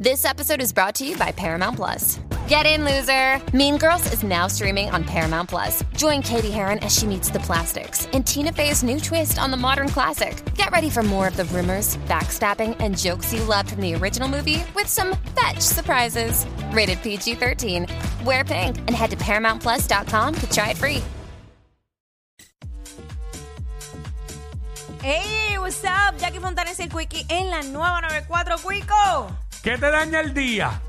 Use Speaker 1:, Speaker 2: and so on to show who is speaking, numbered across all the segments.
Speaker 1: This episode is brought to you by Paramount Plus. Get in, loser! Mean Girls is now streaming on Paramount Plus. Join Katie Heron as she meets the plastics in Tina Fey's new twist on the modern classic. Get ready for more of the rumors, backstabbing, and jokes you loved from the original movie with some fetch surprises. Rated PG 13. Wear pink and head to ParamountPlus.com to try it free.
Speaker 2: Hey, what's up? Jackie Fontanes y el Quickie en la nueva 94 Quico.
Speaker 3: ¿Qué te daña el día?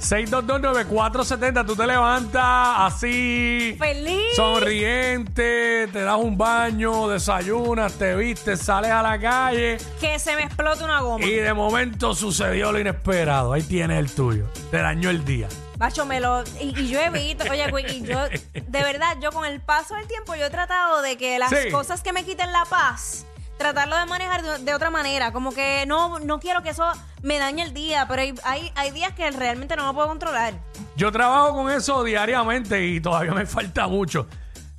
Speaker 3: 6229470, tú te levantas así,
Speaker 2: Feliz.
Speaker 3: sonriente, te das un baño, desayunas, te vistes, sales a la calle
Speaker 2: Que se me explota una goma.
Speaker 3: y de momento sucedió lo inesperado. Ahí tienes el tuyo. Te dañó el día.
Speaker 2: Bacho, me lo. Y, y yo evito. Oye, Quickie, yo. De verdad, yo con el paso del tiempo, yo he tratado de que las
Speaker 3: Sí.
Speaker 2: cosas que me quiten la paz, tratarlo de manejar de, de otra manera. Como que no, no quiero que eso me dañe el día, pero hay, hay, hay días que realmente no lo puedo controlar.
Speaker 3: Yo trabajo con eso diariamente y todavía me falta mucho.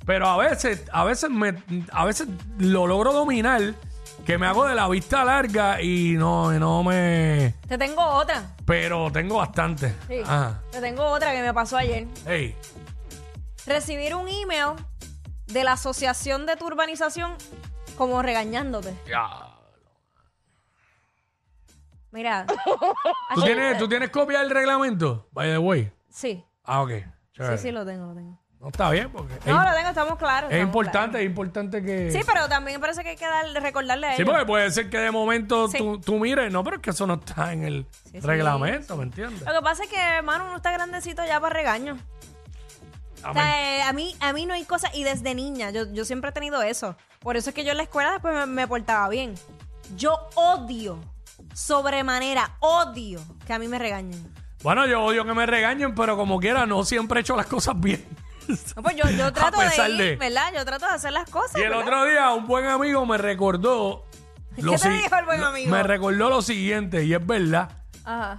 Speaker 3: Pero a veces, a veces me, a veces lo logro dominar, que me hago de la vista larga y no, y no me.
Speaker 2: Te tengo otra.
Speaker 3: Pero tengo bastante.
Speaker 2: Sí.
Speaker 3: Ajá.
Speaker 2: Te tengo otra que me pasó ayer.
Speaker 3: Ey,
Speaker 2: Recibir un email de la Asociación de tu urbanización como regañándote.
Speaker 3: ya.
Speaker 2: Mira.
Speaker 3: ¿Tú tienes, ¿Tú tienes copia del reglamento? By the way.
Speaker 2: Sí,
Speaker 3: Ah, ok.
Speaker 2: sí,
Speaker 3: Chévere.
Speaker 2: sí, lo tengo, lo tengo.
Speaker 3: No está bien porque. es,
Speaker 2: No, lo tengo, estamos claros.
Speaker 3: es
Speaker 2: estamos
Speaker 3: importante, es importante que.
Speaker 2: claros. Sí, pero también parece que hay que darle- recordarle a
Speaker 3: Sí,
Speaker 2: ellos.
Speaker 3: porque puede ser que de momento
Speaker 2: Sí.
Speaker 3: tú, tú mires, no, pero es que eso no está en el
Speaker 2: sí,
Speaker 3: reglamento, ¿me entiendes?
Speaker 2: Lo que pasa es que, hermano, uno está grandecito ya para regaños. O
Speaker 3: Amén.
Speaker 2: sea, eh, a mí, a mí no hay cosas, y desde niña, yo, yo siempre he tenido eso. Por eso es que yo en la escuela después me, me portaba bien. Yo odio, sobremanera, odio que a mí me regañen.
Speaker 3: Bueno, yo odio que me regañen, pero como quiera, no siempre he hecho las cosas bien.
Speaker 2: No, pues yo, yo trato
Speaker 3: A pesar
Speaker 2: de ir,
Speaker 3: de-
Speaker 2: ¿verdad? Yo trato de hacer las cosas.
Speaker 3: Y el
Speaker 2: ¿verdad?
Speaker 3: otro día un buen amigo me recordó. lo
Speaker 2: te
Speaker 3: si-
Speaker 2: dijo el buen
Speaker 3: lo-
Speaker 2: amigo?
Speaker 3: Me recordó lo siguiente, y es verdad.
Speaker 2: Ajá.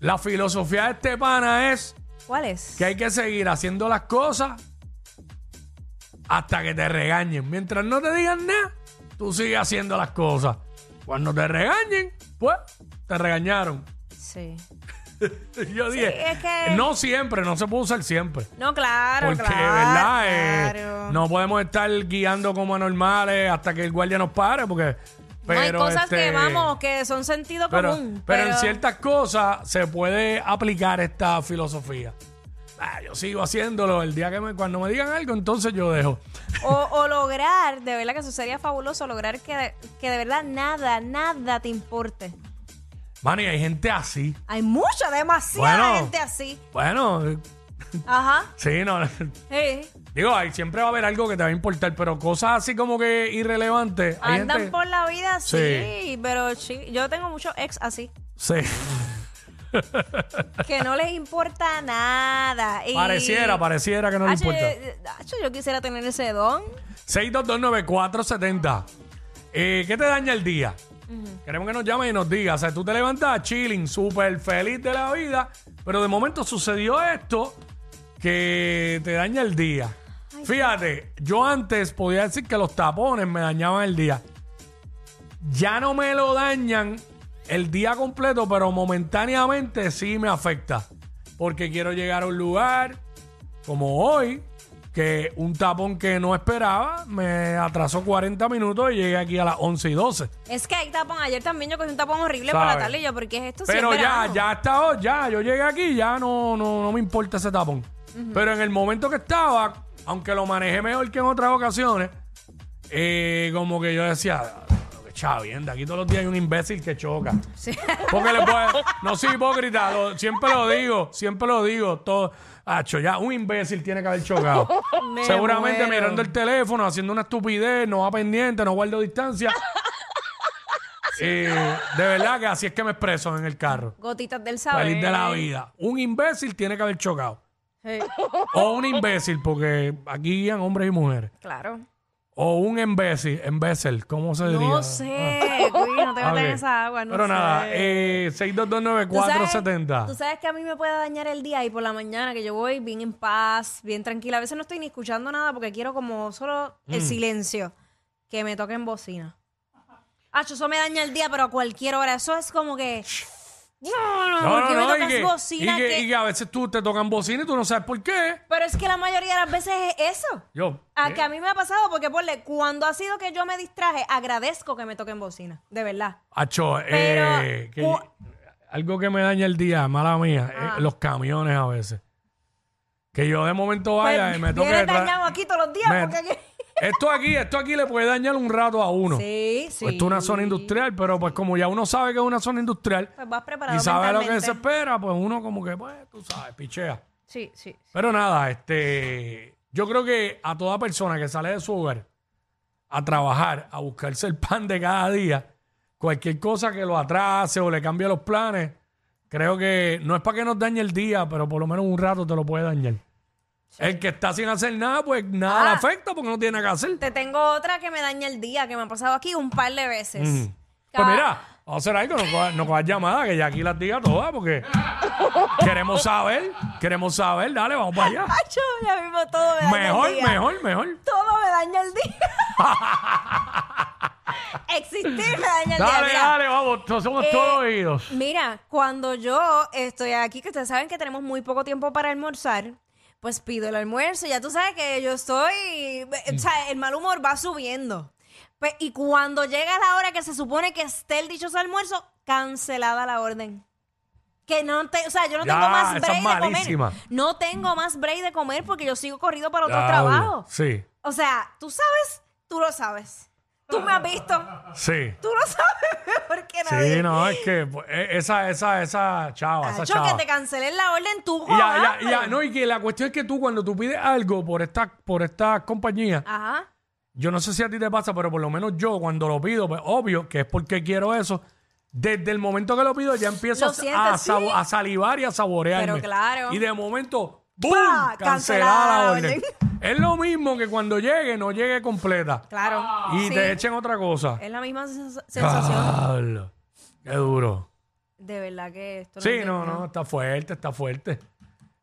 Speaker 3: La filosofía de este pana es
Speaker 2: ¿Cuál es?
Speaker 3: que hay que seguir haciendo las cosas hasta que te regañen. Mientras no te digan nada, tú sigues haciendo las cosas. Cuando te regañen, pues te regañaron.
Speaker 2: Sí.
Speaker 3: Yo dije,
Speaker 2: es que-
Speaker 3: no siempre, no se puede usar siempre.
Speaker 2: No, claro,
Speaker 3: Porque,
Speaker 2: claro.
Speaker 3: ¿verdad? Eh,
Speaker 2: claro.
Speaker 3: no podemos estar guiando como anormales hasta que el guardia nos pare, porque...
Speaker 2: No
Speaker 3: Pero,
Speaker 2: hay cosas
Speaker 3: este,
Speaker 2: que, vamos, que son sentido
Speaker 3: pero,
Speaker 2: común.
Speaker 3: pero en ciertas cosas se puede aplicar esta filosofía. Ah, yo sigo haciéndolo. El día que me, cuando me digan algo, entonces yo dejo.
Speaker 2: O, o lograr, de verdad que eso sería fabuloso, lograr que de, que de verdad nada, nada te importe.
Speaker 3: Mano, y hay gente así.
Speaker 2: Hay mucha, demasiada
Speaker 3: Bueno.
Speaker 2: gente así.
Speaker 3: Bueno, eh,
Speaker 2: Ajá.
Speaker 3: sí, no.
Speaker 2: Sí.
Speaker 3: Digo, hay- siempre va a haber algo que te va a importar, pero cosas así como que irrelevantes. hay
Speaker 2: Andan
Speaker 3: gente-
Speaker 2: por la vida así,
Speaker 3: Sí.
Speaker 2: pero sí, yo tengo muchos ex así,
Speaker 3: Sí.
Speaker 2: que no les importa nada. Y...
Speaker 3: Pareciera, pareciera que no le
Speaker 2: Hacho,
Speaker 3: importa.
Speaker 2: yo- hacho, eh, yo quisiera tener ese don.
Speaker 3: 6229470. Eh, ¿Qué te daña el día? Queremos que nos llames y nos digas. O sea, tú te levantas chilling, súper feliz de la vida, pero de momento sucedió esto que te daña el día. Fíjate, yo antes podía decir que los tapones me dañaban el día. Ya no me lo dañan el día completo, pero momentáneamente sí me afecta. Porque quiero llegar a un lugar como hoy, que un tapón que no esperaba me atrasó 40 minutos y llegué aquí a las 11 y 12.
Speaker 2: Es que hay tapón. Ayer también yo cogí un tapón horrible por
Speaker 3: ¿Sabe?
Speaker 2: la tarde y yo, ¿por qué es esto? Si
Speaker 3: Pero
Speaker 2: es
Speaker 3: ya,
Speaker 2: verano".
Speaker 3: ya está, hoy, ya, yo llegué aquí, ya no, no, no me importa ese tapón. Pero en el momento que estaba, aunque lo manejé mejor que en otras ocasiones, eh, como que yo decía, chavienda, aquí todos los días hay un imbécil que choca. Porque le puede, no soy hipócrita, lo- siempre lo digo, siempre lo digo, todo. Hacho, ya un imbécil tiene que haber chocado.
Speaker 2: Me
Speaker 3: Seguramente
Speaker 2: muero.
Speaker 3: mirando el teléfono, haciendo una estupidez, no va pendiente, no guardo distancia. Eh, de verdad que así es que me expreso en el carro.
Speaker 2: Gotitas del saber.
Speaker 3: Feliz de la vida. Un imbécil tiene que haber chocado.
Speaker 2: Sí,
Speaker 3: O un imbécil, porque aquí guían hombres y mujeres.
Speaker 2: claro.
Speaker 3: O un imbécil, imbécil, ¿cómo se diría?
Speaker 2: No sé, Gui, no te
Speaker 3: Ah,
Speaker 2: metas en
Speaker 3: ok.
Speaker 2: esa agua, no
Speaker 3: Pero
Speaker 2: sé.
Speaker 3: nada, eh, 6229470.
Speaker 2: Tú sabes que a mí me puede dañar el día y por la mañana que yo voy bien en paz, bien tranquila. A veces no estoy ni escuchando nada porque quiero como solo el
Speaker 3: Mm.
Speaker 2: silencio. Que me toquen bocina. Ah, eso me daña el día, pero a cualquier hora. Eso es como que. No, no, ¿por qué me
Speaker 3: y
Speaker 2: tocas
Speaker 3: que,
Speaker 2: bocina?
Speaker 3: y que-
Speaker 2: ¿Qué?
Speaker 3: y que a veces tú te tocan bocina y tú no sabes por qué.
Speaker 2: Pero es que la mayoría de las veces es eso.
Speaker 3: Yo.
Speaker 2: A
Speaker 3: ¿qué?
Speaker 2: que a mí me ha pasado porque, ponle, cuando ha sido que yo me distraje, agradezco que me toquen bocina. De verdad.
Speaker 3: Acho,
Speaker 2: Pero,
Speaker 3: eh, que-
Speaker 2: cu-
Speaker 3: algo que me daña el día, mala mía, eh,
Speaker 2: Ah.
Speaker 3: los camiones a veces. Que yo de momento
Speaker 2: Pues,
Speaker 3: vaya y me toque
Speaker 2: Vienes
Speaker 3: detrás.
Speaker 2: dañado aquí todos los días
Speaker 3: Me-
Speaker 2: porque. aquí-
Speaker 3: Esto aquí, esto aquí le puede dañar un rato a uno.
Speaker 2: Sí, sí.
Speaker 3: Pues esto es una zona industrial, pero pues como ya uno sabe que es una zona industrial
Speaker 2: Pues vas preparado
Speaker 3: y sabe lo que
Speaker 2: mentalmente.
Speaker 3: se espera, pues uno como que, pues, tú sabes, pichea.
Speaker 2: Sí, sí.
Speaker 3: Pero nada, este, yo creo que a toda persona que sale de su hogar a trabajar, a buscarse el pan de cada día, cualquier cosa que lo atrase o le cambie los planes, creo que no es para que nos dañe el día, pero por lo menos un rato te lo puede dañar. El que está sin hacer nada, pues nada le
Speaker 2: Ah.
Speaker 3: afecta porque no tiene nada que hacer.
Speaker 2: Te tengo otra que me daña el día, que me ha pasado aquí un par de veces.
Speaker 3: Pues
Speaker 2: Ca-
Speaker 3: mira, vamos a hacer algo, no cojas, no cojas llamadas, que ya aquí las diga todas, porque queremos saber, queremos saber, dale, vamos para allá.
Speaker 2: Ay, yo ya mismo todo me daña
Speaker 3: Mejor,
Speaker 2: el día.
Speaker 3: mejor, mejor.
Speaker 2: Todo me daña el día. Existir me daña el día.
Speaker 3: Dale,
Speaker 2: mira.
Speaker 3: dale, vamos, to- somos
Speaker 2: Eh,
Speaker 3: todos oídos.
Speaker 2: Mira, cuando yo estoy aquí, que ustedes saben que tenemos muy poco tiempo para almorzar, pues pido el almuerzo. Ya tú sabes que yo estoy. eh,
Speaker 3: Mm.
Speaker 2: O sea, el mal humor va subiendo. Pues, y cuando llega la hora que se supone que esté el dichoso almuerzo, cancelada la orden. Que no te, o sea, yo no
Speaker 3: Ya,
Speaker 2: tengo más
Speaker 3: esa es
Speaker 2: break de
Speaker 3: malísima.
Speaker 2: comer. No tengo más break de comer porque yo sigo corrido para otro
Speaker 3: Diablo.
Speaker 2: trabajo.
Speaker 3: Sí,
Speaker 2: O sea, tú sabes, tú lo sabes. Tú me has visto.
Speaker 3: sí.
Speaker 2: Tú lo sabes mejor que nadie.
Speaker 3: Sí, no, es que pues, eh, esa, esa, esa chava, esa
Speaker 2: Acho, que
Speaker 3: chava.
Speaker 2: te cancelen la orden tú.
Speaker 3: Y ya,
Speaker 2: joder.
Speaker 3: ya, ya, no, y que la cuestión es que tú cuando tú pides algo por esta, por esta compañía,
Speaker 2: Ajá.
Speaker 3: yo no sé si a ti te pasa, pero por lo menos yo cuando lo pido, pues obvio que es porque quiero eso. Desde el momento que lo pido ya empiezo
Speaker 2: Lo
Speaker 3: a-
Speaker 2: sientes,
Speaker 3: a,
Speaker 2: sí.
Speaker 3: sabo- a salivar y a saborearme.
Speaker 2: Pero claro.
Speaker 3: Y de momento, ¡boom!
Speaker 2: Pa,
Speaker 3: Cancelada la
Speaker 2: cancelada la
Speaker 3: orden. es lo mismo que cuando llegue, no llegue completa.
Speaker 2: Claro.
Speaker 3: Y Ah.
Speaker 2: Sí,
Speaker 3: te echen otra cosa.
Speaker 2: Es la misma sens- sensación.
Speaker 3: Diablo, Qué duro.
Speaker 2: De verdad que esto
Speaker 3: Sí,
Speaker 2: es
Speaker 3: no,
Speaker 2: verdad.
Speaker 3: no, está fuerte, está fuerte.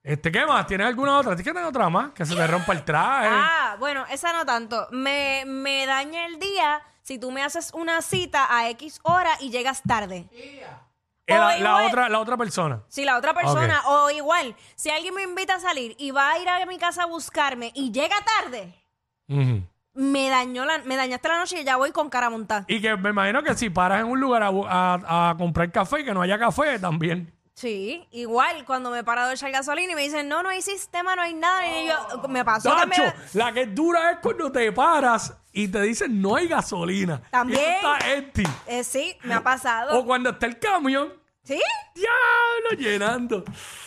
Speaker 3: Este, ¿qué más? ¿Tienes alguna otra? ¿Tienes que tener otra más? Que se te rompa el traje.
Speaker 2: Ah, bueno, esa no tanto. Me, me daña el día si tú me haces una cita a X hora y llegas tarde.
Speaker 3: Eh, la,
Speaker 2: o
Speaker 3: la
Speaker 2: igual-
Speaker 3: otra, la otra persona.
Speaker 2: Si la otra persona, o igual, si alguien me invita a salir y va a ir a mi casa a buscarme y llega tarde,
Speaker 3: Ujú.
Speaker 2: me dañó la, me dañaste la noche y ya voy con cara montada.
Speaker 3: Y que me imagino que si paras en un lugar a, bu- a- a comprar café, que no haya café también.
Speaker 2: Sí, igual cuando me paro de echar gasolina y me dicen, no, no hay sistema, no hay nada. Y yo, me pasó que me-
Speaker 3: Tacho, la que es dura es cuando te paras y te dicen no hay gasolina.
Speaker 2: También.
Speaker 3: Y eso está empty.
Speaker 2: Eh, sí, me ha pasado.
Speaker 3: O cuando está el camión,
Speaker 2: ¿Sí?
Speaker 3: diablo, llenando.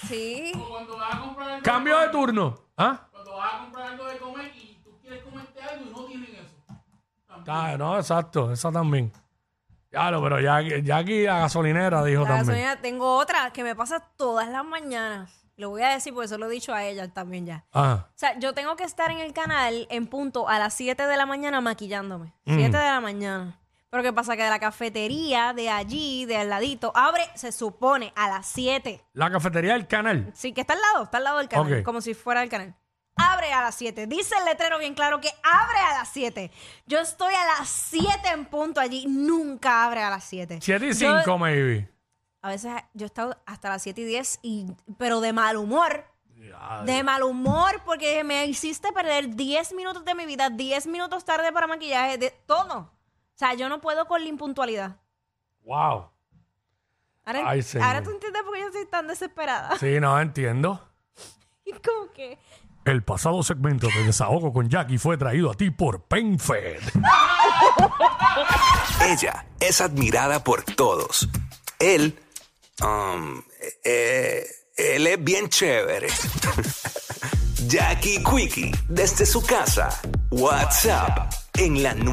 Speaker 2: Sí.
Speaker 4: Cuando vas a comprar algo,
Speaker 3: Cambio de turno. ¿Ah?
Speaker 4: cuando vas a comprar algo de comer y tú quieres comerte algo y no tienen eso.
Speaker 3: Ah, no, exacto, esa también. Claro, pero ya, ya aquí la gasolinera dijo
Speaker 2: La
Speaker 3: también.
Speaker 2: gasolina, tengo otra que me pasa todas las mañanas. Lo voy a decir porque eso lo he dicho a ella también ya.
Speaker 3: Ajá.
Speaker 2: O sea, yo tengo que estar en el canal en punto a las 7 de la mañana maquillándome. 7 de la mañana. Pero ¿qué pasa? Que de la cafetería de allí, de al ladito, abre, se supone, a las 7.
Speaker 3: La cafetería del canal.
Speaker 2: Sí, que está al lado, está al lado del canal,
Speaker 3: Ok.
Speaker 2: como si fuera el canal. Abre a las 7. Dice el letrero bien claro que abre a las 7. Yo estoy a las 7 en punto allí. Nunca abre a las 7.
Speaker 3: 7 y
Speaker 2: Yo-
Speaker 3: 5, maybe.
Speaker 2: A veces yo he estado hasta las 7 y 10, y, pero de mal humor. De mal humor, porque me hiciste perder 10 minutos de mi vida, 10 minutos tarde para maquillaje, de todo. O sea, yo no puedo con la impuntualidad.
Speaker 3: Wow.
Speaker 2: Ahora,
Speaker 3: Ay, señor.
Speaker 2: ahora tú entiendes por qué yo estoy tan desesperada.
Speaker 3: Sí, no, entiendo.
Speaker 2: Y como que...
Speaker 3: El pasado segmento de Desahogo con Jackie fue traído a ti por PenFed.
Speaker 5: Ella es admirada por todos. Él, um, eh, él es bien chévere. Jackie Quickie, desde su casa. WhatsApp, en la nueva.